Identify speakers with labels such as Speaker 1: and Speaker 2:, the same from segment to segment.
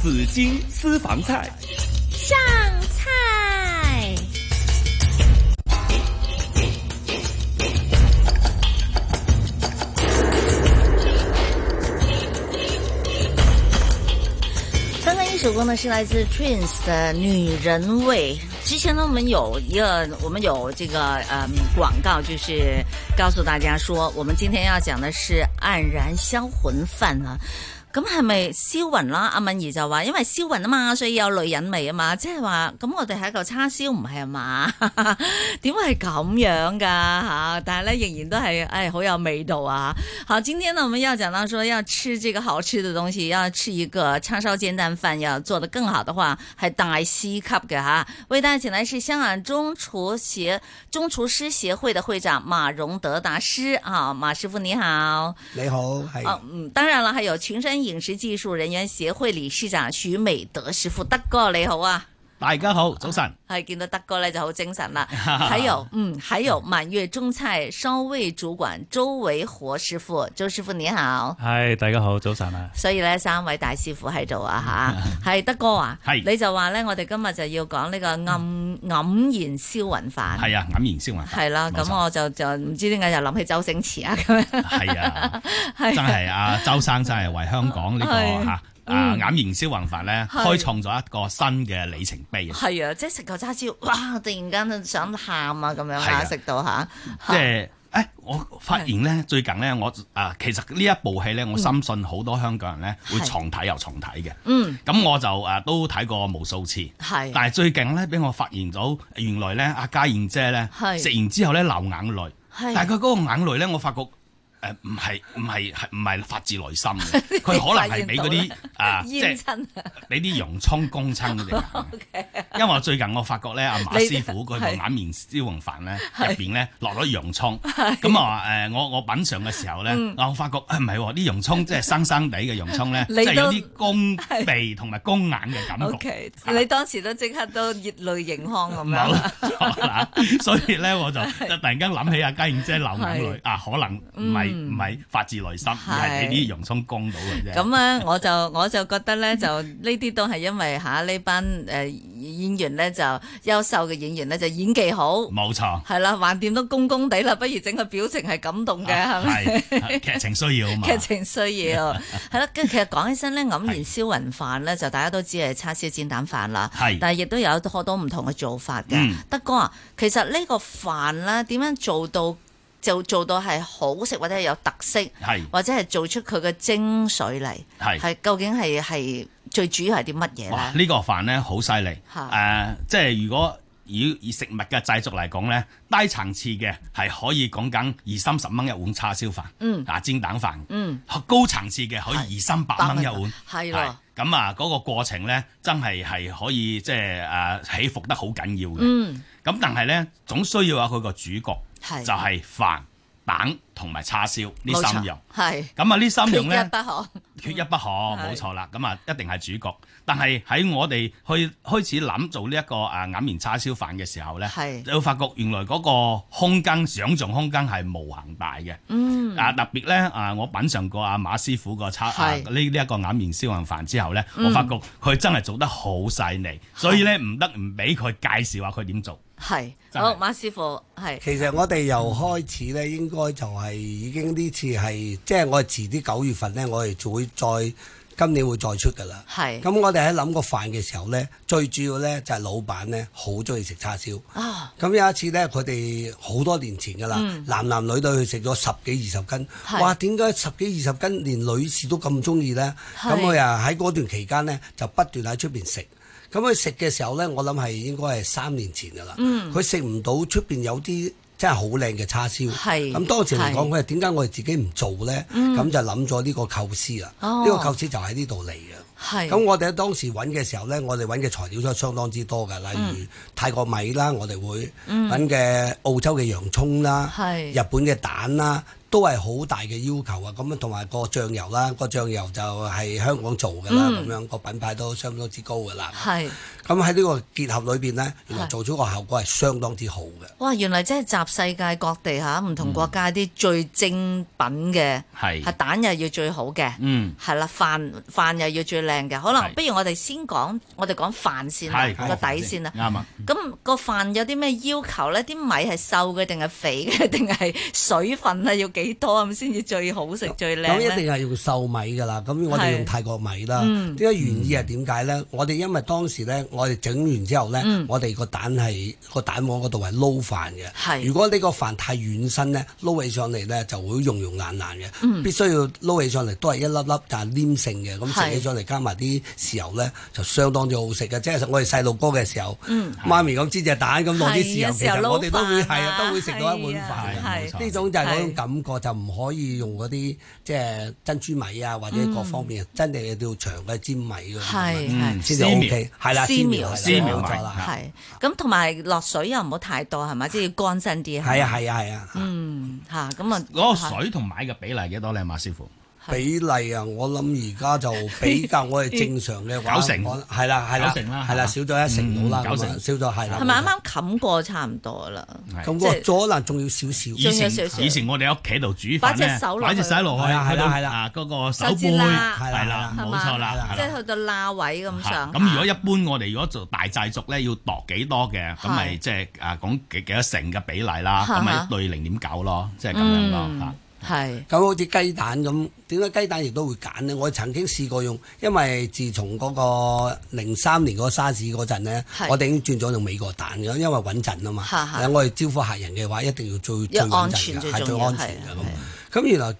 Speaker 1: 紫金私房菜。
Speaker 2: 上菜。刚刚一首歌呢是来自 Twins 的《女人味》。之前呢，我们有一个，我们有这个嗯广告，就是告诉大家说，我们今天要讲的是黯然销魂饭啊。咁係咪燒魂啦？阿敏儀就話，因為燒魂啊嘛，所以有女人味啊嘛，即係話咁我哋係一嚿叉燒唔係啊嘛？ 點會係咁樣㗎嚇？但係咧仍然都係誒好有味道啊！好，今天呢我們要講到說要吃這個好吃的東西，要吃一個叉燒煎蛋飯，要做得更好的話，係大師級嘅嚇。為大家請來是香港中廚協中廚師協會的會長馬榮德大師啊，馬師傅你好。
Speaker 3: 你好，係
Speaker 2: 啊，嗯，當然啦，還有群山飲食技術人員協會理事長許美德師傅，德哥你好啊，
Speaker 4: 大家好，早晨。
Speaker 2: 係見到德哥咧就好 精神啦。還有，嗯，還有滿月中菜燒味主管周維活師傅，周師傅你好。
Speaker 4: 係，大家好，早晨啊。
Speaker 2: 所以咧，三位大師傅喺度啊 吓，係德哥啊，
Speaker 4: 係嗯
Speaker 2: 你就話咧，我哋今日就要講呢個暗黯然銷魂飯。
Speaker 4: 係啊，黯然銷魂。
Speaker 2: 係啦，
Speaker 4: 冇
Speaker 2: 咁
Speaker 4: 錯
Speaker 2: 我就就唔知點解就諗起周星馳 啊咁樣，
Speaker 4: 係啊，
Speaker 2: 係
Speaker 4: 真 係啊，周生真係為香港呢個
Speaker 2: 係
Speaker 4: 吓啊
Speaker 2: 嗯
Speaker 4: 黯然銷魂法咧，
Speaker 2: 係
Speaker 4: 開創咗一個新嘅里程碑啊。
Speaker 2: 係啊，即係食嚿叉燒，哇！突然間都想喊啊，咁樣
Speaker 4: 係
Speaker 2: 啊，
Speaker 4: 啊
Speaker 2: 食到嚇，
Speaker 4: 即係誒，我發現咧最近咧，我啊其實呢一部戲咧，我深信好多香港人咧會
Speaker 2: 係
Speaker 4: 重睇又重睇嘅。
Speaker 2: 嗯，
Speaker 4: 咁我就誒都睇過無數次。
Speaker 2: 係，
Speaker 4: 但係最近咧，俾我發現到原來咧，阿家燕姐咧
Speaker 2: 係
Speaker 4: 食完之後咧流眼淚，
Speaker 2: 係
Speaker 4: 但係佢嗰個眼淚咧，我發覺誒唔係唔係係唔係發自內心 嘅，佢可能係俾嗰
Speaker 2: 你發現
Speaker 4: 啲 啊，即
Speaker 2: 煙
Speaker 4: 係
Speaker 2: 親啊
Speaker 4: 俾啲洋葱攻親嗰隻眼。 因為我最近我發覺咧，阿馬
Speaker 2: 你
Speaker 4: 師傅佢個
Speaker 2: 係
Speaker 4: 眼面燒紅飯咧入邊咧落咗洋葱，咁我話誒我我品嚐嘅時候咧，我發覺啊唔係喎，啲洋葱即係生生地嘅洋葱咧，即
Speaker 2: 嗯 你
Speaker 4: 係有
Speaker 2: 都
Speaker 4: 啲 攻鼻同埋攻眼嘅感覺。
Speaker 2: ，OK，你當時都即刻都熱淚盈眶咁
Speaker 4: 冇
Speaker 2: 樣，
Speaker 4: 錯啦，所以咧 我就突然間諗起阿家燕姐流眼淚啊，可能唔係
Speaker 2: 嗯
Speaker 4: 唔係發自內心，而
Speaker 2: 係
Speaker 4: 係俾啲洋葱攻到嘅啫。
Speaker 2: 咁啊，我就我就覺得咧，就呢啲都係因為嚇呢班誒演員咧就優秀嘅演員咧就演技好，
Speaker 4: 冇錯，
Speaker 2: 係啦，橫掂都公公地啦，不如整個表情係感動嘅，
Speaker 4: 啊
Speaker 2: 係咪？
Speaker 4: 係劇情需要啊嘛。
Speaker 2: 劇情需要 係啦，跟其實講起身咧，黯然銷魂飯咧就大家都知係叉燒煎蛋飯啦，
Speaker 4: 係
Speaker 2: 但係亦都有好多唔同嘅做法嘅。
Speaker 4: 嗯
Speaker 2: 德哥啊，其實呢個飯咧點樣做到就做到係好食或者係有特色，
Speaker 4: 係
Speaker 2: 或者係做出佢嘅精髓嚟，
Speaker 4: 係。
Speaker 2: 係究竟係係最主要係啲乜嘢
Speaker 4: 哇！
Speaker 2: 咧？
Speaker 4: 呢個飯咧好犀利，誒、
Speaker 2: 嚇
Speaker 4: 即係如果以以食物嘅製作嚟講咧，低層次嘅係可以講緊二三十蚊一碗叉燒飯，
Speaker 2: 嗯
Speaker 4: 啊煎蛋飯，
Speaker 2: 嗯，
Speaker 4: 高層次嘅可以二三百蚊一碗，
Speaker 2: 係
Speaker 4: 係
Speaker 2: 咯，
Speaker 4: 咁啊嗰個過程咧真係係可以即係誒起伏得好緊要嘅，咁、
Speaker 2: 嗯，
Speaker 4: 但係咧總需要有佢個主角，
Speaker 2: 係
Speaker 4: 就係飯、蛋同埋叉燒呢三樣，
Speaker 2: 係
Speaker 4: 咁啊呢三樣
Speaker 2: 缺
Speaker 4: 咧
Speaker 2: 一。不可，
Speaker 4: 缺一不可，冇錯啦。咁啊，一定係主角。但係喺我哋去開始諗做呢一個啊黯然叉燒飯嘅時候呢，
Speaker 2: 係
Speaker 4: 你會發覺原來嗰個空間想像空間係無限大嘅。
Speaker 2: 嗯，
Speaker 4: 啊，特別呢，啊，我品嚐過阿馬師傅個叉啊
Speaker 2: 係嗯
Speaker 4: 呢呢一個黯然銷魂飯之後呢，我發覺佢真係做得好細膩，所以呢，唔得唔俾佢介紹下佢點做。
Speaker 2: 係
Speaker 4: 真係
Speaker 2: 好，馬師傅係
Speaker 3: 其實我哋由開始咧，應該就係已經呢次係，即係我哋遲啲九月份咧，我哋就會再今年會再出㗎啦。
Speaker 2: 係
Speaker 3: 咁我哋喺諗個飯嘅時候咧，最主要咧就係老闆咧好中意食叉燒。
Speaker 2: 啊。嗯
Speaker 3: 咁有一次咧，佢哋好多年前㗎啦，男男女女去食咗十幾二十斤
Speaker 2: 係，
Speaker 3: 哇！點解十幾二十斤連女士都咁中意咧？
Speaker 2: 係
Speaker 3: 咁佢啊喺嗰段期間咧，就不斷喺出邊食。咁佢食嘅時候咧，我諗係應該係三年前㗎啦。
Speaker 2: 嗯
Speaker 3: 佢食唔到出邊有啲真係好靚嘅叉燒。
Speaker 2: 係
Speaker 3: 咁當時嚟講，
Speaker 2: 係嗯
Speaker 3: 佢係點解我哋自己唔做咧？咁就諗咗呢個構思啦。
Speaker 2: 哦
Speaker 3: 呢個構思就喺呢度嚟嘅。
Speaker 2: 係
Speaker 3: 咁我哋喺當時揾嘅時候呢，我哋揾嘅材料都相當之多嘅，例
Speaker 2: 嗯
Speaker 3: 如泰國米啦，我哋會揾嘅澳洲嘅洋葱啦，
Speaker 2: 係
Speaker 3: 日本嘅蛋啦，都係好大嘅要求啊！咁啊，同埋個醬油啦，個醬油就係香港做㗎啦，
Speaker 2: 嗯
Speaker 3: 咁、樣個品牌都相當之高㗎啦。
Speaker 2: 係，
Speaker 3: 咁喺呢個結合裏邊呢，原來
Speaker 2: 係
Speaker 3: 做出個效果係相當之好嘅。
Speaker 2: 哇！原來真係集世界各地嚇唔
Speaker 3: 嗯
Speaker 2: 同國家啲最精品嘅，
Speaker 4: 係
Speaker 2: 係蛋又要最好嘅，
Speaker 4: 嗯，
Speaker 2: 係啦，飯飯又要最靚嘅。可能
Speaker 4: 係
Speaker 2: 不如我哋先講，我哋講飯先啦
Speaker 4: 係，
Speaker 2: 個底先啦。
Speaker 4: 啱啊。
Speaker 2: 咁個飯有啲咩要求咧？啲米係瘦嘅定係肥嘅， 定係水分啊？要幾多咁先至最好食最靚
Speaker 3: 咁一
Speaker 2: 咧？
Speaker 3: 定係用瘦米㗎啦，咁我
Speaker 2: 係
Speaker 3: 哋用泰國米啦
Speaker 2: 嗯。
Speaker 3: 點解原意係點解咧？我哋因為當時咧，我哋整完之後咧
Speaker 2: 嗯，
Speaker 3: 我哋個蛋係個蛋黃嗰度係撈飯嘅。
Speaker 2: 係
Speaker 3: 如果呢個飯太軟身咧，撈起上嚟咧就會溶溶爛爛
Speaker 2: 嗯
Speaker 3: 嘅。必須要撈起上嚟都係一粒粒，但係黏性嘅。咁
Speaker 2: 係
Speaker 3: 食起上嚟加埋啲豉油咧，就相當之好食嘅。即係我哋細路哥嘅時候，媽咪咁煎隻蛋咁攞啲
Speaker 2: 嗯係
Speaker 3: 豉油，
Speaker 2: 有
Speaker 3: 其
Speaker 2: 時候
Speaker 3: 實我哋都會
Speaker 2: 撈飯
Speaker 3: 係
Speaker 2: 啊
Speaker 3: 啊，都會食到一碗
Speaker 2: 係啊
Speaker 3: 飯嘅。
Speaker 2: 係
Speaker 4: 冇錯
Speaker 3: 呢種就係嗰種感覺，就唔可以用嗰啲即係珍珠米啊，或者各方面，真係要長嘅煎米嗰
Speaker 2: 嗯
Speaker 3: 啲
Speaker 2: 係係
Speaker 3: 咁
Speaker 4: 嗯
Speaker 3: 樣先至 OK，係啦，
Speaker 2: 絲
Speaker 3: 絲
Speaker 2: 苗
Speaker 3: 苗
Speaker 4: 絲
Speaker 3: 係啦
Speaker 4: 苗
Speaker 3: 冇
Speaker 4: 米
Speaker 3: 錯啦，
Speaker 2: 係咁，同埋落水又唔好太多，係咪？即係要乾身啲。
Speaker 3: 係
Speaker 2: 咪
Speaker 3: 啊，係啊，係啊。
Speaker 2: 嗯嚇咁啊，
Speaker 4: 嗰個水同米嘅比例幾多咧，馬師傅？
Speaker 2: 係
Speaker 3: 比例啊，我諗而家就比較我哋正常嘅話，
Speaker 4: 九成
Speaker 3: 我係啦，係啦，
Speaker 4: 九成啦
Speaker 3: 係啦，少咗一成到啦，啊
Speaker 4: 嗯九成
Speaker 3: 少咗係啦，
Speaker 2: 係咪啱啱冚過差唔多啦？
Speaker 4: 係
Speaker 3: 咁
Speaker 2: 即
Speaker 3: 個
Speaker 2: 係
Speaker 3: 阻能仲要少少，
Speaker 4: 以前
Speaker 2: 仲有少少
Speaker 4: 以前我哋喺屋企度煮
Speaker 2: 擺
Speaker 4: 飯
Speaker 2: 隻
Speaker 4: 咧，
Speaker 2: 手落去
Speaker 4: 擺隻手落去，
Speaker 3: 係
Speaker 4: 去
Speaker 3: 啦係啦
Speaker 4: 到
Speaker 3: 係啦
Speaker 4: 啊嗰個手
Speaker 2: 手指
Speaker 4: 背
Speaker 2: 啦
Speaker 4: 係啦，
Speaker 2: 係
Speaker 4: 冇
Speaker 2: 嘛
Speaker 4: 錯啦，係啦
Speaker 2: 即係去到罅位咁
Speaker 4: 嚇
Speaker 2: 上下。
Speaker 4: 咁如果一般我哋如果做大製作咧，要度幾多嘅，咁咪
Speaker 2: 係
Speaker 4: 即係啊講幾幾多成嘅比例啦，
Speaker 2: 嚇
Speaker 4: 咁咪
Speaker 2: 嚇
Speaker 4: 一對零點九咯，即係咁樣咯嚇
Speaker 2: 嗯。係
Speaker 3: 咁好似雞蛋咁，點解雞蛋亦都會揀呢？我曾經試過用，因為自從嗰個零三年嗰個沙士嗰陣呢
Speaker 2: 係，
Speaker 3: 我哋已經轉咗用美國蛋嘅，因為穩陣啊嘛。
Speaker 2: 哈哈
Speaker 3: 係我哋招呼客人嘅話，一定要最最
Speaker 2: 要安
Speaker 3: 穩
Speaker 2: 全
Speaker 3: 陣
Speaker 2: 最
Speaker 3: 嘅，
Speaker 2: 重
Speaker 3: 係最
Speaker 2: 要
Speaker 3: 安全
Speaker 2: 係
Speaker 3: 嘅咁。咁原來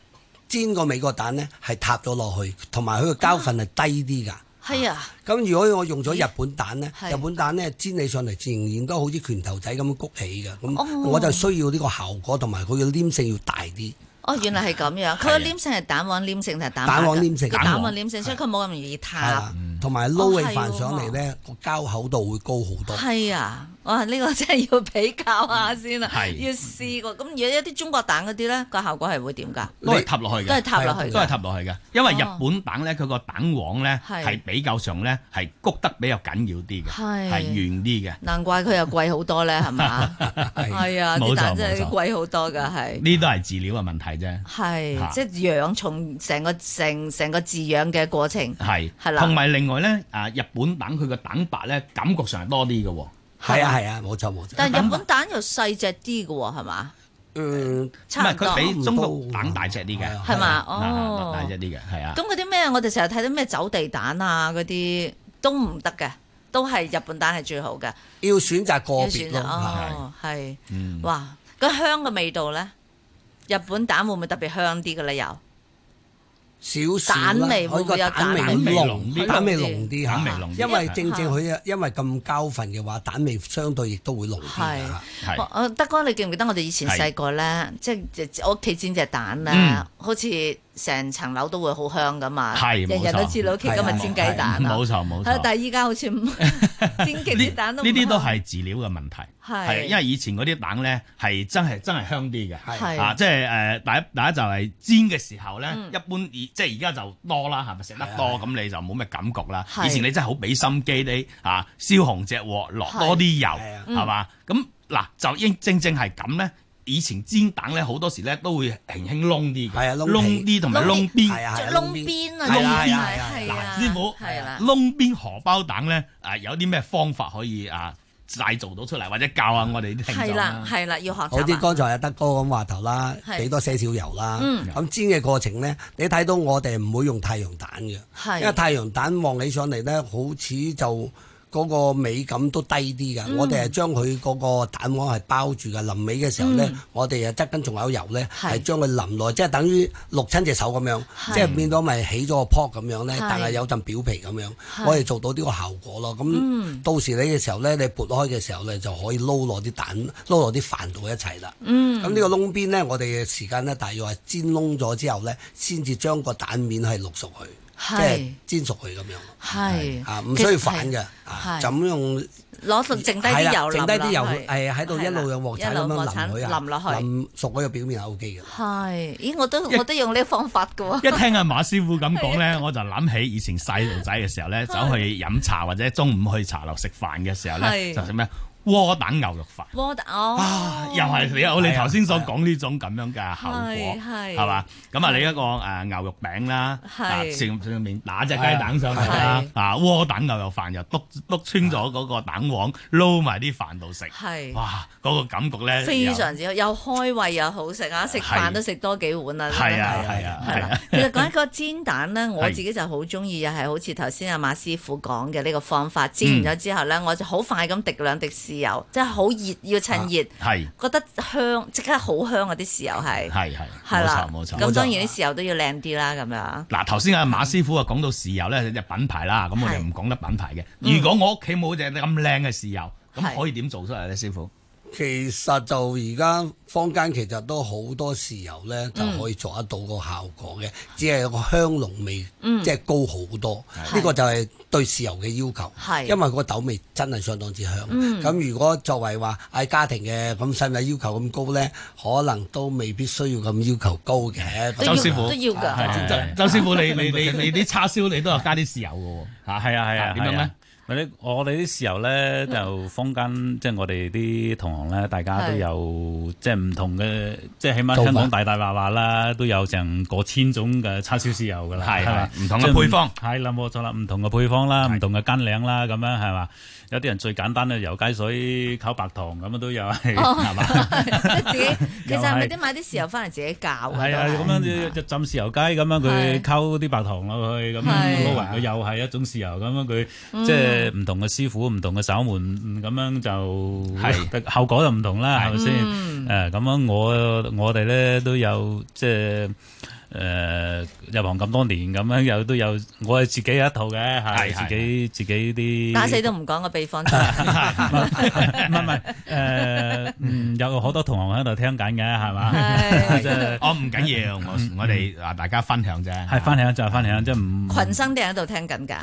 Speaker 3: 煎個美國蛋呢，係塌咗落去，同埋佢個膠份係低啲㗎。
Speaker 2: 係啊，
Speaker 3: 咁如果我用咗日本蛋呢，
Speaker 2: 咦係
Speaker 3: 日本蛋呢煎起上嚟，仍然都好似拳頭仔咁樣谷起嘅。
Speaker 2: 哦
Speaker 3: 咁我就需要呢個效果，同埋佢嘅黏性要大啲。
Speaker 2: 哦，原來係咁
Speaker 4: 啊
Speaker 2: 樣。佢個黏性係蛋黃黏性定係蛋白㗎
Speaker 3: 蛋黃黏性
Speaker 2: 個
Speaker 3: 蛋
Speaker 2: 蛋
Speaker 3: 黃
Speaker 2: 黃黏性，所以佢冇咁容易
Speaker 3: 係
Speaker 2: 塌
Speaker 3: 啦。，
Speaker 4: 嗯
Speaker 3: 同埋撈
Speaker 2: 哦
Speaker 3: 起飯上嚟咧，個膠厚度會高好多。
Speaker 2: 係啊，哇！呢個真係要比較下先啦，
Speaker 4: 係
Speaker 2: 要試過。咁如果一啲中國蛋嗰啲咧，個效果係會點㗎？
Speaker 4: 都係塌落去嘅，
Speaker 2: 都係塌落去
Speaker 4: 都係啊
Speaker 2: 㗎。
Speaker 4: 塌落去嘅，因為日
Speaker 2: 哦
Speaker 4: 本蛋咧，佢個蛋黃咧
Speaker 2: 係
Speaker 4: 係比較上咧係谷得比較緊要啲嘅，
Speaker 2: 係
Speaker 4: 係圓啲嘅。
Speaker 2: 難怪佢又貴好多咧，係 嘛？ 係啊，啲
Speaker 4: 冇錯
Speaker 2: 蛋真係
Speaker 4: 冇錯
Speaker 2: 貴好多㗎，係。
Speaker 4: 呢都係飼料嘅問題啫，嚇
Speaker 2: 係，即係養從成個成成個飼養嘅過程，
Speaker 4: 係
Speaker 2: 係啦
Speaker 4: 同埋另外咧，啊日本蛋佢個蛋白咧感覺上係多啲嘅喎，
Speaker 3: 係啊係啊，冇錯冇錯。
Speaker 2: 但係日本蛋又細隻啲嘅喎，係嘛？
Speaker 3: 嗯，
Speaker 4: 唔
Speaker 2: 差
Speaker 4: 係
Speaker 2: 唔多。
Speaker 4: 佢
Speaker 2: 咁
Speaker 4: 比中國蛋大隻啲嘅，
Speaker 2: 係嘛
Speaker 4: 啊
Speaker 2: 哦
Speaker 4: 大隻啲嘅係啊，
Speaker 2: 嗰啲咩，我哋成日睇到咩走地蛋啊嗰啲都唔得嘅，都係日本蛋係最好嘅。
Speaker 3: 要選擇個
Speaker 2: 要選
Speaker 3: 別咯。啊
Speaker 2: 擇
Speaker 3: 嚇
Speaker 2: 哦，係
Speaker 4: 嗯，
Speaker 2: 哇，個香嘅味道咧，日本蛋會唔會特別香啲嘅咧？又
Speaker 3: 少少啦
Speaker 2: 蛋味會唔會
Speaker 3: 佢個
Speaker 2: 有
Speaker 3: 蛋味
Speaker 2: 蛋
Speaker 4: 味
Speaker 3: 濃啲，蛋味濃啲嚇
Speaker 4: 蛋味濃啲
Speaker 3: 因為正正佢因為咁膠份嘅話，蛋味相對亦都會濃啲
Speaker 2: 係
Speaker 3: 嘅嚇。
Speaker 2: 我
Speaker 4: 係
Speaker 2: 我德哥，你記唔記得我哋以前
Speaker 4: 係
Speaker 2: 細個咧，即係我屋企煎隻蛋咧，
Speaker 4: 嗯
Speaker 2: 好似成層樓都會好香噶嘛，
Speaker 4: 係
Speaker 2: 人
Speaker 4: 冇
Speaker 2: 人
Speaker 4: 錯
Speaker 2: 都知道屋企今日煎雞蛋啊，
Speaker 4: 冇錯冇
Speaker 2: 係
Speaker 4: 錯。
Speaker 2: 但係依家好 似唔煎極
Speaker 4: 呢
Speaker 2: 啲蛋都唔
Speaker 4: 呢啲都
Speaker 2: 香
Speaker 4: 係飼料嘅問題，
Speaker 2: 係
Speaker 4: 係因為以前嗰啲蛋咧係真係真係香啲嘅。
Speaker 2: 係
Speaker 4: 啊，即係誒，第一第一就係煎嘅時候咧，
Speaker 2: 嗯
Speaker 4: 一般以即係而家就多啦，係咪食得多咁你就冇咩感覺啦。
Speaker 2: 係
Speaker 4: 以前你真係好俾心機你啊，燒紅只鑊落
Speaker 2: 係嗯
Speaker 4: 多啲
Speaker 3: 係啊
Speaker 4: 油，係嘛？咁嗱就應正正係咁咧。以前煎蛋咧好多時咧都會輕輕窿啲嘅，
Speaker 3: 係啊窿
Speaker 4: 窿
Speaker 3: 皮
Speaker 4: 啲同埋
Speaker 2: 窿
Speaker 4: 窿邊。
Speaker 3: 係啊係啊，
Speaker 2: 窿邊啊，
Speaker 3: 係
Speaker 2: 窿
Speaker 3: 啦
Speaker 2: 邊
Speaker 3: 係啊係啊係
Speaker 2: 係
Speaker 3: 啊
Speaker 2: 啊，
Speaker 4: 嗱，師傅，
Speaker 2: 係啦，
Speaker 4: 窿邊荷包蛋咧，啊有啲咩方法可以啊製造到出嚟，或者教下我哋啲聽眾啊
Speaker 2: 係啦
Speaker 4: 啦，。
Speaker 2: 係啦，要學
Speaker 3: 啊好似
Speaker 2: 習啊，
Speaker 3: 剛才阿德哥咁話頭啦，
Speaker 2: 係
Speaker 3: 俾多些少油啦。
Speaker 2: 嗯
Speaker 3: 咁煎嘅過程呢，你睇到我哋唔會用太陽蛋嘅。因為
Speaker 2: 係
Speaker 3: 太陽蛋望起上嚟咧，好似就嗰個美感都低啲㗎。我哋係將佢嗰個蛋黃係包住㗎。臨尾嘅時候咧，
Speaker 2: 嗯
Speaker 3: 我哋啊側跟仲有油咧，
Speaker 2: 係
Speaker 3: 係將佢淋落，即係等於淥親隻手咁樣，
Speaker 2: 係
Speaker 3: 即係變咗咪起咗個泡咁樣咧
Speaker 2: 係，
Speaker 3: 但係有陣表皮咁樣
Speaker 2: 係，
Speaker 3: 我哋做到呢個效果咯。
Speaker 2: 嗯
Speaker 3: 咁到時你嘅時候咧，你撥開嘅時候咧，就可以撈落啲蛋，撈落啲飯度一齊啦。
Speaker 2: 嗯
Speaker 3: 咁呢個窿邊咧，我哋嘅時間咧，大約係煎窿咗之後咧，先至將個蛋面係淥熟佢。
Speaker 2: 係
Speaker 3: 即係煎熟佢咁樣。
Speaker 2: 係
Speaker 3: 啊，唔需要反
Speaker 2: 其
Speaker 3: 嘅
Speaker 2: 實，
Speaker 3: 啊
Speaker 2: 係
Speaker 3: 就咁用。
Speaker 2: 攞剩剩低
Speaker 3: 係
Speaker 2: 啲
Speaker 3: 啦
Speaker 2: 油淋
Speaker 3: 剩低啲油
Speaker 2: 落去
Speaker 3: 係喺度一路用鑊鏟咁
Speaker 2: 一路鑊
Speaker 3: 樣
Speaker 2: 鏟
Speaker 3: 淋佢啊，
Speaker 2: 淋落去
Speaker 3: 淋熟嗰個表面係 O K 嘅。
Speaker 2: 係，咦！我都我都用呢個方法嘅喎。
Speaker 4: 一聽阿馬師傅咁講 咧，我就諗起以前細路仔嘅時候咧，走去飲茶或者中午去茶樓食飯嘅時候咧，
Speaker 2: 係
Speaker 4: 就食咩窩蛋牛肉飯。
Speaker 2: 窩蛋哦，
Speaker 4: 啊！又係你我哋頭先所講呢種咁樣嘅效
Speaker 2: 啊係
Speaker 4: 果，
Speaker 2: 係
Speaker 4: 係嘛？咁啊，你一個誒牛肉餅啦，
Speaker 2: 係
Speaker 4: 啊上上面打隻雞蛋上嚟啦
Speaker 2: 係，
Speaker 4: 啊窩蛋牛肉飯又篤篤穿咗嗰個蛋黃，撈埋啲飯度食，
Speaker 2: 係
Speaker 4: 哇！嗰個感覺咧，
Speaker 2: 非常之好，又開胃又好食啊！食飯都食多幾碗啊！
Speaker 4: 係
Speaker 2: 真係
Speaker 4: 啊係啊
Speaker 2: 係
Speaker 4: 係
Speaker 2: 啦
Speaker 4: 啊，，
Speaker 2: 其實講一個煎蛋咧，我
Speaker 4: 係
Speaker 2: 自己就好中意，又係好似頭先阿馬師傅講嘅呢個方法，煎
Speaker 4: 嗯
Speaker 2: 完咗之後咧，我就好快咁滴兩滴豉油，即係好熱，要趁熱，
Speaker 4: 係
Speaker 2: 覺得香，即刻好香啊！啲豉油係，
Speaker 4: 係係
Speaker 2: 係
Speaker 4: 啊冇錯冇錯。
Speaker 2: 啦，咁當然啲豉油都要靚啲啦，咁樣
Speaker 4: 嗱，頭先阿馬師傅啊講到豉油咧，就品牌啦，咁我哋
Speaker 2: 係
Speaker 4: 唔講得品牌嘅。
Speaker 2: 嗯
Speaker 4: 如果我屋企冇隻咁靚嘅豉油，咁
Speaker 2: 係
Speaker 4: 可以點做出嚟咧，師傅？
Speaker 3: 其實就而家坊間其實都好多豉油咧，就
Speaker 2: 嗯
Speaker 3: 可以做得到個效果嘅，只係個香濃味，
Speaker 2: 嗯
Speaker 3: 即係高好多。呢個就係對豉油嘅要求，
Speaker 2: 係嗯
Speaker 3: 因為個豆味真係相當之香。咁如果作為話喺家庭嘅咁使唔使要求咁高咧？可能都未必需要咁要求高 嘅。
Speaker 2: 都
Speaker 4: 周
Speaker 2: 要
Speaker 4: 師傅
Speaker 2: 都要㗎，
Speaker 4: 係周周師傅，你你你你啲叉燒你都有加啲豉油嘅喎。
Speaker 5: 嚇係啊係
Speaker 4: 啊
Speaker 5: 啊，
Speaker 4: 點樣咧嗯
Speaker 5: 係啊？或者我哋啲豉油咧，就坊間即係我哋啲同行咧，大家都
Speaker 2: 係
Speaker 5: 有即係唔同嘅，即係起碼
Speaker 3: 做法
Speaker 5: 香港大大話話啦，都有成過千種嘅叉燒豉油噶啦，
Speaker 4: 係
Speaker 5: 嘛
Speaker 4: 係唔同嘅配方
Speaker 5: 即係唔係啦冇錯啦，唔同嘅配方啦，唔同嘅斤領啦，咁樣係嘛？有啲人最簡單咧，油雞水溝白糖咁樣啊都有係
Speaker 4: 哦
Speaker 5: 係嘛？
Speaker 2: 自己其實係咪
Speaker 5: 又
Speaker 2: 啲買啲豉油翻嚟自己教㗎？
Speaker 5: 係啊，
Speaker 2: 都
Speaker 5: 咁樣就浸豉油雞咁樣，
Speaker 2: 係
Speaker 5: 佢溝啲白糖落去，咁
Speaker 2: 係嗯
Speaker 5: 撈勻佢又係一種豉油咁樣，佢即係唔同嘅師傅、唔同嘅手門咁樣就效果就唔同啦，係咪先？
Speaker 2: 嗯
Speaker 5: 誒咁樣我我哋咧都有即係。誒、入行咁多年咁樣有都有，我係自己有一套
Speaker 4: 係
Speaker 5: 嘅，係自己自己啲
Speaker 2: 打死 都唔講個 秘方出嚟。
Speaker 5: 唔係唔係誒，嗯有好多同行喺度聽緊嘅係嘛？
Speaker 2: 係
Speaker 5: 即係
Speaker 4: 哦，唔緊要，我我哋啊大家分享啫。
Speaker 5: 係分享就係分享，即係唔
Speaker 2: 群生啲人喺度 聽緊㗎，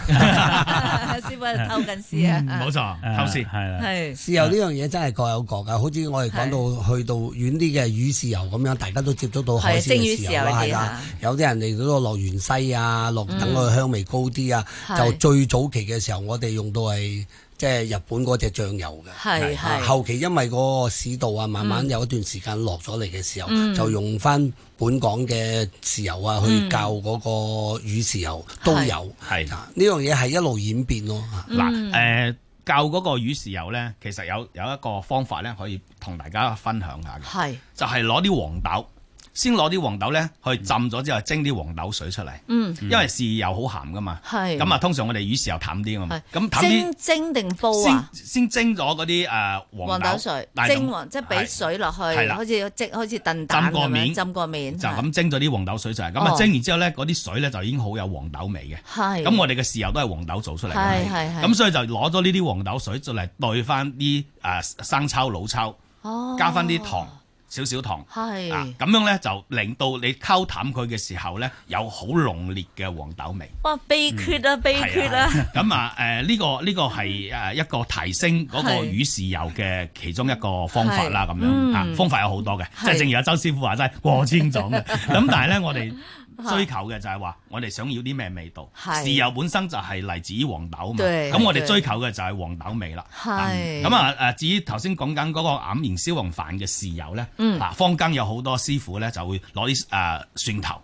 Speaker 2: 師傅喺度偷緊師啊
Speaker 4: 冇，錯，偷
Speaker 5: 誒
Speaker 4: 先。
Speaker 5: 係啦，
Speaker 2: 係
Speaker 3: 豉油呢樣嘢真係各有各㗎，好似我哋講到去到遠啲嘅魚豉油咁樣，大家都接觸到海鮮嘅豉油
Speaker 2: 係蒸魚豉油
Speaker 3: 啦，
Speaker 2: 嗰啲
Speaker 3: 係啦
Speaker 2: 啊。
Speaker 3: 有啲人嚟到落芫茜啊，落等佢香味高啲啊。
Speaker 2: 係
Speaker 3: 就最早期嘅時候，我哋用到係即係日本嗰只醬油嘅。
Speaker 2: 係係
Speaker 3: 啊
Speaker 2: 嗯
Speaker 3: 後期因為個市道啊，慢慢有一段時間落咗嚟嘅時候，就用翻本港嘅豉油啊，去教嗰個魚豉油都
Speaker 2: 嗯係嗯
Speaker 3: 有。
Speaker 4: 係
Speaker 3: 啊呢樣嘢係一路演變咯。啊
Speaker 4: 嗱，誒教嗰個魚豉油咧，其實有有一個方法咧，可以同大家分享下嘅。
Speaker 2: 係，
Speaker 4: 就係攞啲黃豆，先攞啲黃豆咧去浸咗之後蒸啲黃豆水出嚟，
Speaker 2: 嗯
Speaker 4: 因為豉油好鹹噶嘛，
Speaker 2: 係
Speaker 4: 咁啊通常我哋魚豉油淡啲啊嘛
Speaker 2: 係，
Speaker 4: 咁淡
Speaker 2: 蒸
Speaker 4: 啲
Speaker 2: 蒸定煲啊？
Speaker 4: 先先蒸咗嗰啲誒
Speaker 2: 黃
Speaker 4: 黃
Speaker 2: 豆水
Speaker 4: 但係
Speaker 2: 蒸
Speaker 4: 咁
Speaker 2: 黃，即係俾
Speaker 4: 係
Speaker 2: 水落去，
Speaker 4: 係啦
Speaker 2: 好似即好似燉蛋
Speaker 4: 浸過
Speaker 2: 咁樣
Speaker 4: 面
Speaker 2: 浸過面，
Speaker 4: 就咁蒸咗啲黃豆水出嚟，咁
Speaker 2: 哦
Speaker 4: 啊蒸完之後咧，嗰啲水咧就已經好有黃豆味嘅。
Speaker 2: 係。
Speaker 4: 咁我哋嘅豉油都係黃豆做出嚟
Speaker 2: 係
Speaker 4: 嘅，
Speaker 2: 係係
Speaker 4: 咁所以就攞咗呢啲黃豆水就嚟兑翻啲誒生抽、老抽，
Speaker 2: 我
Speaker 4: 加翻啲糖，少少糖。
Speaker 2: 哦係
Speaker 4: 啊，咁樣咧就令到你溝淡佢嘅時候咧，有好濃烈嘅黃豆味。
Speaker 2: 哇！秘訣啊，秘訣啊，嗯
Speaker 4: 咁嗯啊，誒呢個呢個係誒一個提升嗰個
Speaker 2: 係
Speaker 4: 魚豉油嘅其中一個方法啦，
Speaker 2: 係
Speaker 4: 咁
Speaker 2: 嗯
Speaker 4: 樣啊，方法有好多嘅，
Speaker 2: 係
Speaker 4: 即係正如阿周師傅話齋過千種 嘅。咁但係咧，我哋追求嘅就係話，我哋想要啲咩味道？
Speaker 2: 係
Speaker 4: 豉油本身就係嚟自於黃豆嘛，
Speaker 2: 對
Speaker 4: 咁我哋
Speaker 2: 對
Speaker 4: 追求嘅就係黃豆味啦。
Speaker 2: 係
Speaker 4: 咁啊誒，至於頭先講緊嗰個黯然銷魂飯嘅豉油咧，
Speaker 2: 嗯
Speaker 4: 啊坊間有好多師傅咧就會攞啲誒蒜頭。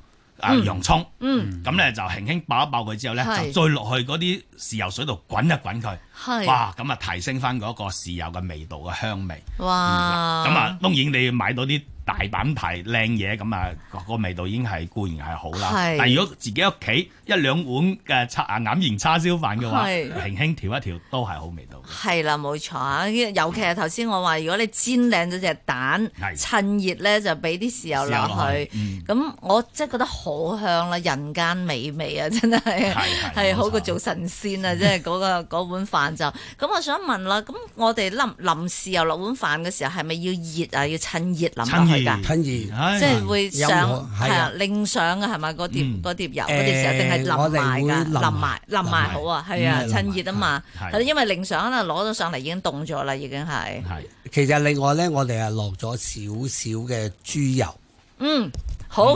Speaker 4: 啊，洋葱，
Speaker 2: 嗯
Speaker 4: 咁咧就輕輕爆一爆佢之後咧，
Speaker 2: 係
Speaker 4: 就再落去嗰啲豉油水度滾一滾佢，
Speaker 2: 係
Speaker 4: 哇！咁啊提升翻嗰個豉油嘅味道嘅香味。
Speaker 2: 哇！
Speaker 4: 咁啊，當然你買到啲大品牌靚嘢，咁啊個個味道已經係固然係好啦。
Speaker 2: 係
Speaker 4: 但係如果自己屋企一兩碗嘅叉啊黯然叉燒飯嘅話，
Speaker 2: 係
Speaker 4: 輕輕調一調都係好味道嘅。
Speaker 2: 係啦，冇錯啊！尤其係頭先我話，如果你煎靚咗隻蛋，
Speaker 4: 係
Speaker 2: 趁熱咧就俾啲豉油
Speaker 4: 豉
Speaker 2: 落
Speaker 4: 油落
Speaker 2: 去
Speaker 4: 去嗯，
Speaker 2: 咁、我真係覺得好香啦，人間美味啊，真
Speaker 4: 係
Speaker 2: 係
Speaker 4: 係
Speaker 2: 係好過
Speaker 4: 冇錯
Speaker 2: 做神仙啊！真係嗰個嗰碗飯晏晝。咁我想問啦，咁我哋臨臨時又落碗飯嘅時候，係咪要熱啊？要趁熱淋落去㗎？
Speaker 3: 趁熱
Speaker 4: 嗯唉
Speaker 2: 即係會上
Speaker 3: 有我係啊
Speaker 2: 係啊，另上嘅係咪？嗰碟
Speaker 4: 嗯
Speaker 2: 嗰碟油嗰碟時候，
Speaker 3: 誒
Speaker 2: 定係
Speaker 3: 我
Speaker 2: 淋
Speaker 3: 哋
Speaker 2: 埋
Speaker 3: 會
Speaker 2: 㗎？
Speaker 3: 淋埋
Speaker 2: 淋埋淋
Speaker 3: 淋
Speaker 2: 埋
Speaker 3: 埋
Speaker 2: 好啊，係啊，
Speaker 3: 嗯
Speaker 2: 趁熱啊嘛，
Speaker 4: 係
Speaker 2: 係啦，因為另上可能攞咗上嚟已經凍咗啦，已經係，
Speaker 4: 係
Speaker 3: 其實另外咧，我哋係落咗少少嘅豬油，
Speaker 2: 嗯，好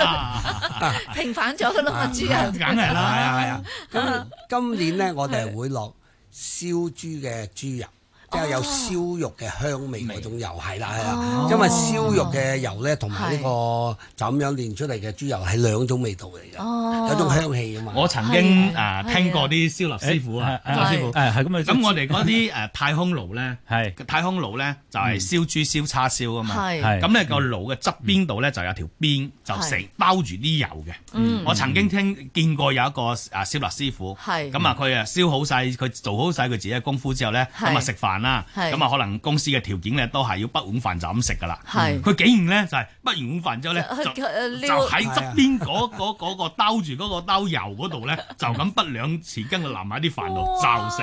Speaker 4: 梗
Speaker 2: 平反咗㗎啦嘛，豬油。
Speaker 4: 啊係
Speaker 3: 係啊係
Speaker 4: 啦
Speaker 3: 啊，。咁今年咧，我哋係會落燒豬嘅豬油。即係有燒肉嘅香味嗰種油係啦，係啦，因為燒肉嘅油咧，同埋呢個就咁樣煉出嚟嘅豬油係兩種味道嚟嘅，
Speaker 2: 哦
Speaker 3: 有種香氣啊嘛。
Speaker 4: 我曾經
Speaker 2: 係啊
Speaker 4: 啊聽過啲燒臘師傅啊，
Speaker 5: 誒
Speaker 4: 周師傅。
Speaker 5: 誒係咁啊，
Speaker 4: 咁我哋嗰啲 誒太空爐咧，
Speaker 5: 係
Speaker 4: 太空爐咧就係燒豬燒叉燒啊嘛。
Speaker 2: 係
Speaker 5: 係
Speaker 4: 咁咧個爐嘅側邊度咧就有條邊就成包住啲油嘅。
Speaker 2: 嗯
Speaker 4: 我曾經聽見過有一個啊燒臘師傅，
Speaker 2: 係
Speaker 4: 咁啊佢啊燒好晒，佢做好晒佢自己嘅功夫之後咧，
Speaker 2: 係
Speaker 4: 咁啊食飯啦，
Speaker 2: 係
Speaker 4: 咁啊可能公司嘅條件咧都係要不碗飯就咁食噶啦。嗯
Speaker 2: 係
Speaker 4: 佢竟然咧就係不完碗飯之後咧
Speaker 2: 就
Speaker 4: 就
Speaker 2: 去誒
Speaker 4: 就
Speaker 2: 撩
Speaker 4: 喺側邊嗰嗰嗰個兜住嗰個兜油嗰度咧，就咁不兩匙羹淋埋啲飯度就食。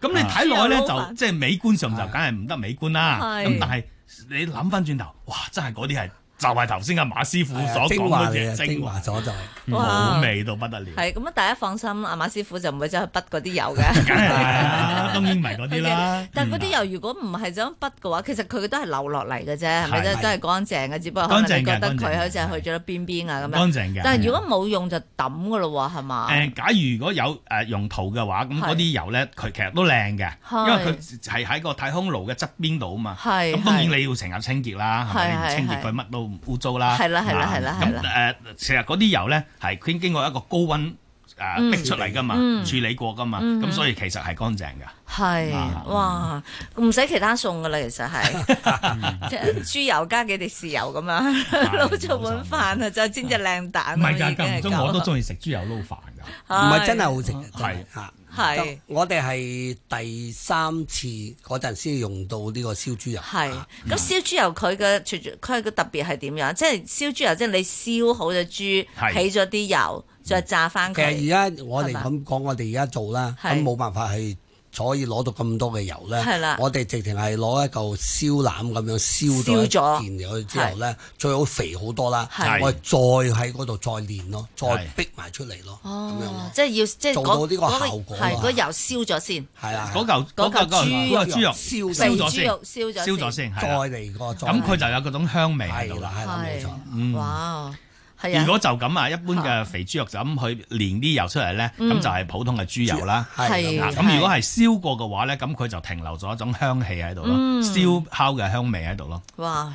Speaker 4: 咁
Speaker 3: 啊
Speaker 4: 你睇落去咧
Speaker 2: 豉油撈
Speaker 4: 就
Speaker 2: 飯
Speaker 4: 即係美觀上就梗係唔得美觀啦。
Speaker 2: 啊係
Speaker 4: 咁但係你諗翻轉頭，哇！真係嗰啲係就係頭先阿馬師傅
Speaker 3: 係啊
Speaker 4: 所講
Speaker 3: 精華
Speaker 4: 嗰
Speaker 3: 嚟
Speaker 4: 隻
Speaker 3: 嘅，
Speaker 4: 精
Speaker 3: 精華
Speaker 4: 華，
Speaker 3: 所在。
Speaker 4: 好味到不得了。
Speaker 2: 啊係咁啊！大家放心，阿馬師傅就唔會走去滗嗰啲油嘅。。
Speaker 4: 梗係啦，當然唔 係嗰啲啦
Speaker 2: 但係嗰啲油如果唔係就咁滗嘅話，其實佢都係流落嚟嘅啫，係咪
Speaker 4: 係
Speaker 2: 啫？都係乾淨嘅，只不過可能你覺得佢好似係去咗邊邊啊咁
Speaker 4: 乾
Speaker 2: 樣。
Speaker 4: 淨嘅。
Speaker 2: 但係如果冇用就抌嘅咯喎，係嘛？
Speaker 4: 誒，假如如果有誒用途嘅話，咁
Speaker 2: 係
Speaker 4: 嗰啲油咧，佢其實都靚嘅，
Speaker 2: 係
Speaker 4: 因為佢係喺個太空爐嘅側邊度啊嘛。
Speaker 2: 係
Speaker 4: 咁當然你要成日清潔啦，係咪？你唔
Speaker 2: 係
Speaker 4: 清
Speaker 2: 係
Speaker 4: 潔佢乜都污糟啦。
Speaker 2: 係啦係啦
Speaker 4: 啊
Speaker 2: 係啦係
Speaker 4: 咁誒，成日嗰啲油咧係佢經過一個高温誒
Speaker 2: 嗯
Speaker 4: 逼出嚟噶嘛，處理過噶嘛，
Speaker 2: 嗯
Speaker 4: 咁所以其實係乾淨嘅。
Speaker 2: 係
Speaker 4: 啊
Speaker 2: 哇，唔使其他餸嘅啦，其實 係即係豬油加幾滴豉油咁樣撈咗碗飯啊，就煎隻靚蛋
Speaker 4: 唔
Speaker 2: 咁
Speaker 4: 係
Speaker 2: 已
Speaker 4: 㗎，
Speaker 2: 經
Speaker 4: 間
Speaker 2: 係
Speaker 4: 唔中我都
Speaker 2: 夠啦。
Speaker 4: 中意食豬油撈飯㗎。
Speaker 3: 唔
Speaker 2: 係
Speaker 3: 係真係好食嘅，真係
Speaker 4: 係
Speaker 3: 嚇。
Speaker 2: 係
Speaker 3: 咁我哋係第三次嗰陣先用到呢個燒豬油。
Speaker 2: 係
Speaker 3: 啊，
Speaker 4: 嗯
Speaker 2: 咁燒豬油佢嘅除咗佢嘅特別係點樣？即係燒豬油，即係你燒好隻豬，
Speaker 4: 係
Speaker 2: 起咗啲油，再炸翻
Speaker 3: 其實
Speaker 2: 佢。
Speaker 3: 而家我哋
Speaker 2: 係嘛
Speaker 3: 咁講，我哋而家做啦，
Speaker 2: 係
Speaker 3: 咁冇辦法去所以攞到咁多嘅油咧。
Speaker 2: 係啦
Speaker 3: 我哋直情係攞一嚿燒腩咁樣燒
Speaker 2: 燒咗
Speaker 3: 咗一件嘢之後咧，最好肥好多啦
Speaker 2: 係。
Speaker 3: 我哋再喺嗰度再練咯，再
Speaker 4: 係
Speaker 3: 逼埋出嚟咯，咁樣
Speaker 2: 哦
Speaker 3: 咯，。
Speaker 2: 即係要即係
Speaker 3: 做
Speaker 2: 嗰
Speaker 3: 到呢個效果啊
Speaker 2: 係嗰油燒咗先，
Speaker 3: 係啦，
Speaker 4: 嗰嚿
Speaker 2: 嗰嚿
Speaker 4: 嗰嚿
Speaker 2: 豬
Speaker 4: 嗰嚿豬肉
Speaker 3: 燒
Speaker 2: 肥
Speaker 4: 燒
Speaker 3: 咗
Speaker 4: 咗
Speaker 2: 豬
Speaker 4: 先，
Speaker 2: 肉燒咗
Speaker 4: 燒咗。先，
Speaker 3: 再
Speaker 4: 係啦。
Speaker 3: 嚟個再
Speaker 4: 咁佢就有嗰種香味喺度
Speaker 3: 係
Speaker 4: 啦
Speaker 3: 啦。係啦，冇錯。嗯
Speaker 2: 係，啊哇，係
Speaker 4: 如
Speaker 2: 啊，
Speaker 4: 果就咁啊，一般嘅肥豬肉就咁去煉啲油出嚟咧，
Speaker 2: 嗯
Speaker 4: 咁就係普通嘅豬油啦。
Speaker 3: 係
Speaker 2: 係
Speaker 4: 啊，咁如果係燒過嘅話咧，咁佢就停留咗一種香氣喺度咯，
Speaker 2: 嗯
Speaker 4: 燒烤嘅香味喺度咯。
Speaker 2: 哇，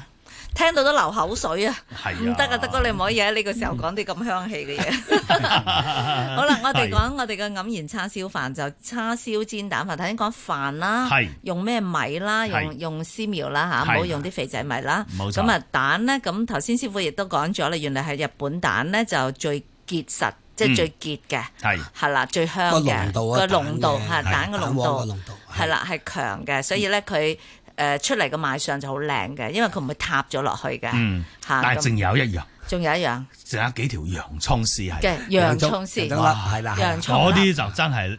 Speaker 2: 聽到都流口水啊！
Speaker 3: 哎
Speaker 4: 係啊
Speaker 2: 唔得啊，德哥你唔可以喺呢個時候講啲咁香氣嘅 嘢。好啦，我哋講我哋嘅黯然叉燒飯就叉燒煎蛋飯，頭先講飯啦
Speaker 4: 係，
Speaker 2: 用咩米啦，
Speaker 4: 係
Speaker 2: 用用絲苗啦吓，
Speaker 4: 係
Speaker 2: 唔好用啲肥仔米啦。
Speaker 4: 冇錯
Speaker 2: 咁啊蛋咧，咁頭先師傅亦都講咗啦，原來係日本蛋咧就最結實，即係
Speaker 4: 嗯
Speaker 2: 最結嘅。
Speaker 4: 係
Speaker 2: 係啦，最香
Speaker 3: 個
Speaker 2: 嘅
Speaker 3: 濃度啊
Speaker 2: 個濃度係蛋
Speaker 3: 蛋嘅
Speaker 2: 嘅濃
Speaker 3: 蛋黃
Speaker 2: 度
Speaker 3: 嘅濃度係
Speaker 2: 係啦，係強嘅，所以咧佢
Speaker 4: 嗯
Speaker 2: 誒出嚟嘅賣相就好靚嘅，因為佢唔會塌咗落去嘅。
Speaker 4: 嗯
Speaker 2: 嚇
Speaker 4: 但係
Speaker 2: 啊咁
Speaker 4: 仲有一樣，
Speaker 2: 仲有一樣
Speaker 4: 仲有幾條洋葱絲係，
Speaker 2: 嘅洋葱
Speaker 3: 就
Speaker 2: 絲
Speaker 3: 得，啦，係啦，係啦
Speaker 2: 洋葱啊
Speaker 4: 嗰啲就真係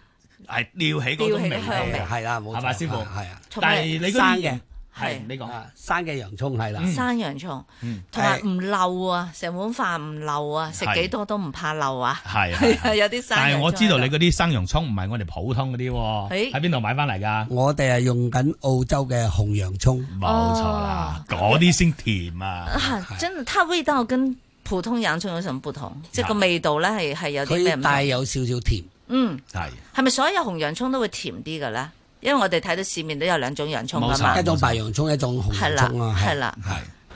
Speaker 4: 係撩起嗰種
Speaker 2: 撩
Speaker 4: 味
Speaker 2: 起香味
Speaker 4: 嘅。
Speaker 3: 係啦，冇錯
Speaker 4: 係咪師傅
Speaker 3: 係啊。
Speaker 2: 同
Speaker 4: 但
Speaker 2: 埋
Speaker 4: 係你嗰
Speaker 3: 生
Speaker 4: 啲
Speaker 3: 嘅
Speaker 4: 係你講
Speaker 3: 啊，生嘅洋葱係啦，
Speaker 2: 生洋葱
Speaker 4: 嗯，
Speaker 2: 同埋
Speaker 3: 係
Speaker 2: 唔漏啊，成碗飯唔漏啊，食
Speaker 4: 係
Speaker 2: 幾多都唔怕漏啊。
Speaker 4: 係
Speaker 2: 係
Speaker 4: 係。
Speaker 2: 啊， 有啲生洋葱喺度。
Speaker 4: 但係我知道你嗰啲生洋葱唔係我哋普通嗰啲喎，
Speaker 2: 誒
Speaker 4: 喺邊度買翻嚟㗎？
Speaker 3: 我哋係用緊澳洲嘅紅洋葱，
Speaker 4: 冇錯啦，
Speaker 2: 哦
Speaker 4: 嗰啲先甜啊！
Speaker 2: 啊，真係，它味道跟普通洋葱有什麼不同？即係個味道咧係係有啲咩啊
Speaker 3: 佢
Speaker 2: 唔
Speaker 3: 帶
Speaker 2: 同？
Speaker 3: 有少少甜，
Speaker 2: 嗯。
Speaker 4: 係。
Speaker 2: 係咪所有紅洋葱都會甜啲嘅咧？因為我哋睇到市面都有兩種洋葱噶
Speaker 4: 冇
Speaker 2: 嘛
Speaker 4: 錯
Speaker 3: 一，種白洋葱，一種紅
Speaker 2: 係
Speaker 3: 洋
Speaker 2: 啦，
Speaker 3: 葱啊，
Speaker 2: 啊係啦，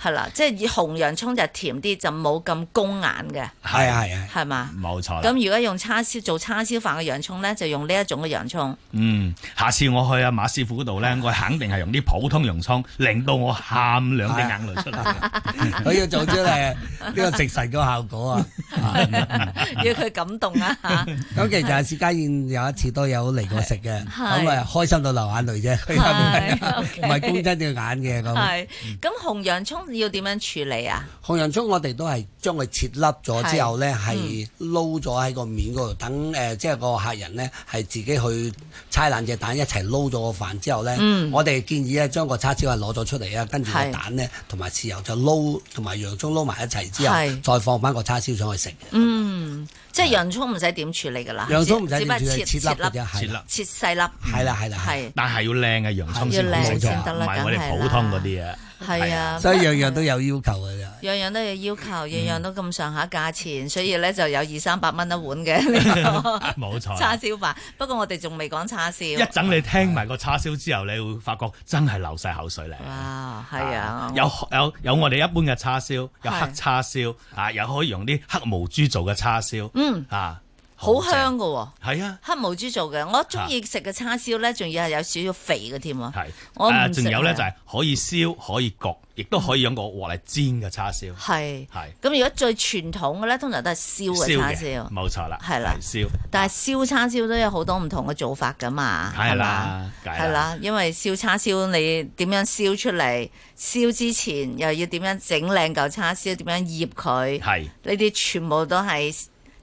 Speaker 3: 係
Speaker 2: 係啦，即係以紅洋葱就甜啲，就冇咁攻眼嘅，
Speaker 3: 係 啊係啊，
Speaker 2: 係嘛？
Speaker 4: 冇錯
Speaker 2: 咁
Speaker 4: 啦。
Speaker 2: 如果用叉燒做叉燒飯嘅洋葱咧，就用呢一種嘅洋 葱，
Speaker 4: 嗯，下次我去阿馬師傅嗰度咧，我肯定係用啲普通洋葱，令到我喊兩滴眼淚出
Speaker 2: 啊
Speaker 4: 嚟。
Speaker 3: 佢要做出嚟呢個食神嘅效果 啊！
Speaker 2: 要佢感動 啊嚇！
Speaker 3: 咁其實阿薛家燕有一次都有嚟過食嘅，
Speaker 2: 係
Speaker 3: 咁啊開心到流眼淚啫，佢
Speaker 2: 係
Speaker 3: 唔係公真對眼嘅咁。
Speaker 2: 係咁紅洋葱蔥要點樣處理啊？
Speaker 3: 紅洋葱我哋都係將佢切粒咗之後
Speaker 2: 嗯
Speaker 3: 呢，係撈咗喺個面嗰度，等誒、呃即係個客人呢，係自己去拆爛隻蛋一齊撈咗個飯之後呢，
Speaker 2: 嗯
Speaker 3: 我哋建議咧將個叉燒係攞咗出嚟啊，跟住個
Speaker 2: 係
Speaker 3: 蛋呢，同埋豉油就撈同埋洋葱撈埋一齊之後
Speaker 2: 係，
Speaker 3: 再放翻個叉燒上去食。
Speaker 2: 嗯，即係洋葱唔使點處理㗎啦，
Speaker 3: 洋葱唔
Speaker 2: 只
Speaker 3: 使
Speaker 2: 只不
Speaker 3: 點
Speaker 2: 過
Speaker 3: 處理，
Speaker 2: 切
Speaker 3: 切粒嘅啫，
Speaker 4: 切
Speaker 3: 係
Speaker 4: 粒
Speaker 3: 啦，
Speaker 2: 切細粒，嗯
Speaker 3: 係啦，係啦，係啦。
Speaker 2: 係
Speaker 4: 但係要靚嘅洋葱先
Speaker 2: 要
Speaker 4: 好食啊
Speaker 2: 靚先得
Speaker 4: 啫，唔
Speaker 2: 啦
Speaker 4: 係我
Speaker 2: 梗係
Speaker 4: 哋普通嗰啲啊。
Speaker 2: 係啊，
Speaker 3: 所以樣樣都有要求嘅啫。
Speaker 2: 樣樣都有要求，樣樣都咁上下價錢，所以咧就有二三百蚊一碗 嘅呢個
Speaker 4: 冇錯
Speaker 2: 叉
Speaker 4: 啦。
Speaker 2: 燒飯。不過我哋仲未講叉燒
Speaker 4: 一。陣你聽埋個叉燒之後，你會發覺真係流晒口水嚟。
Speaker 2: 哇，係啊，
Speaker 4: 有有有我哋一般嘅叉燒，有
Speaker 2: 係
Speaker 4: 黑叉燒啊，又可以用啲黑毛豬做嘅叉燒，
Speaker 2: 嗯
Speaker 4: 啊，
Speaker 2: 好香㗎喎。
Speaker 4: 正，係啊，
Speaker 2: 黑毛豬做嘅，我中意食嘅叉燒咧，仲要係有少少肥嘅添啊！
Speaker 4: 係，
Speaker 2: 我唔
Speaker 4: 啊
Speaker 2: 食
Speaker 4: 仲有咧
Speaker 2: 啊
Speaker 4: 就係可以燒，可以焗，亦都可以用個鑊嚟煎嘅叉燒，
Speaker 2: 係，
Speaker 4: 係
Speaker 2: 咁如果最傳統嘅咧，通常都係燒嘅叉
Speaker 4: 嘅，
Speaker 2: 燒，
Speaker 4: 冇錯啦，
Speaker 2: 係啦
Speaker 4: 係燒，
Speaker 2: 但係燒叉燒都有好多唔同嘅做法噶嘛，
Speaker 4: 梗係
Speaker 2: 嘛。
Speaker 4: 啦，梗
Speaker 2: 係，啦，因為燒叉燒你點樣燒出嚟？燒之前又要點樣整靚嚿叉燒？點樣醃佢？
Speaker 4: 係
Speaker 2: 呢啲全部都係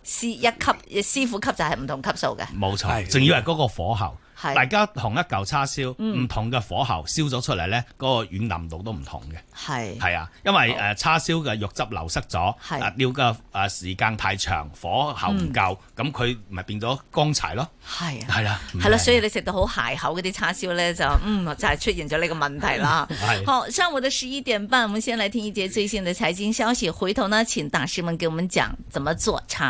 Speaker 2: 師一級師傅級就係唔同級數嘅，
Speaker 4: 冇錯，
Speaker 3: 係
Speaker 4: 仲要係嗰個火候。
Speaker 2: 係
Speaker 4: 大家同一嚿叉燒，
Speaker 2: 嗯
Speaker 4: 唔同嘅火候燒咗出嚟呢，嗰個軟腍度都唔同嘅。
Speaker 2: 係
Speaker 4: 係啊，因為
Speaker 2: 好
Speaker 4: 誒叉燒嘅肉汁流失咗，
Speaker 2: 哦係嗯
Speaker 4: 啊料嘅誒時間太長，火候唔夠，咁佢咪變咗乾柴咯。
Speaker 2: 係啊。
Speaker 4: 係啦，
Speaker 2: 係啦，所以你食到好鞋口嗰啲叉燒咧，就嗯就係、出現咗呢個問題啦。
Speaker 4: 係
Speaker 2: 好，上午的十一點半，我們先來聽一節最新的財經消息，回頭呢，請大師們給我們講怎麼做叉。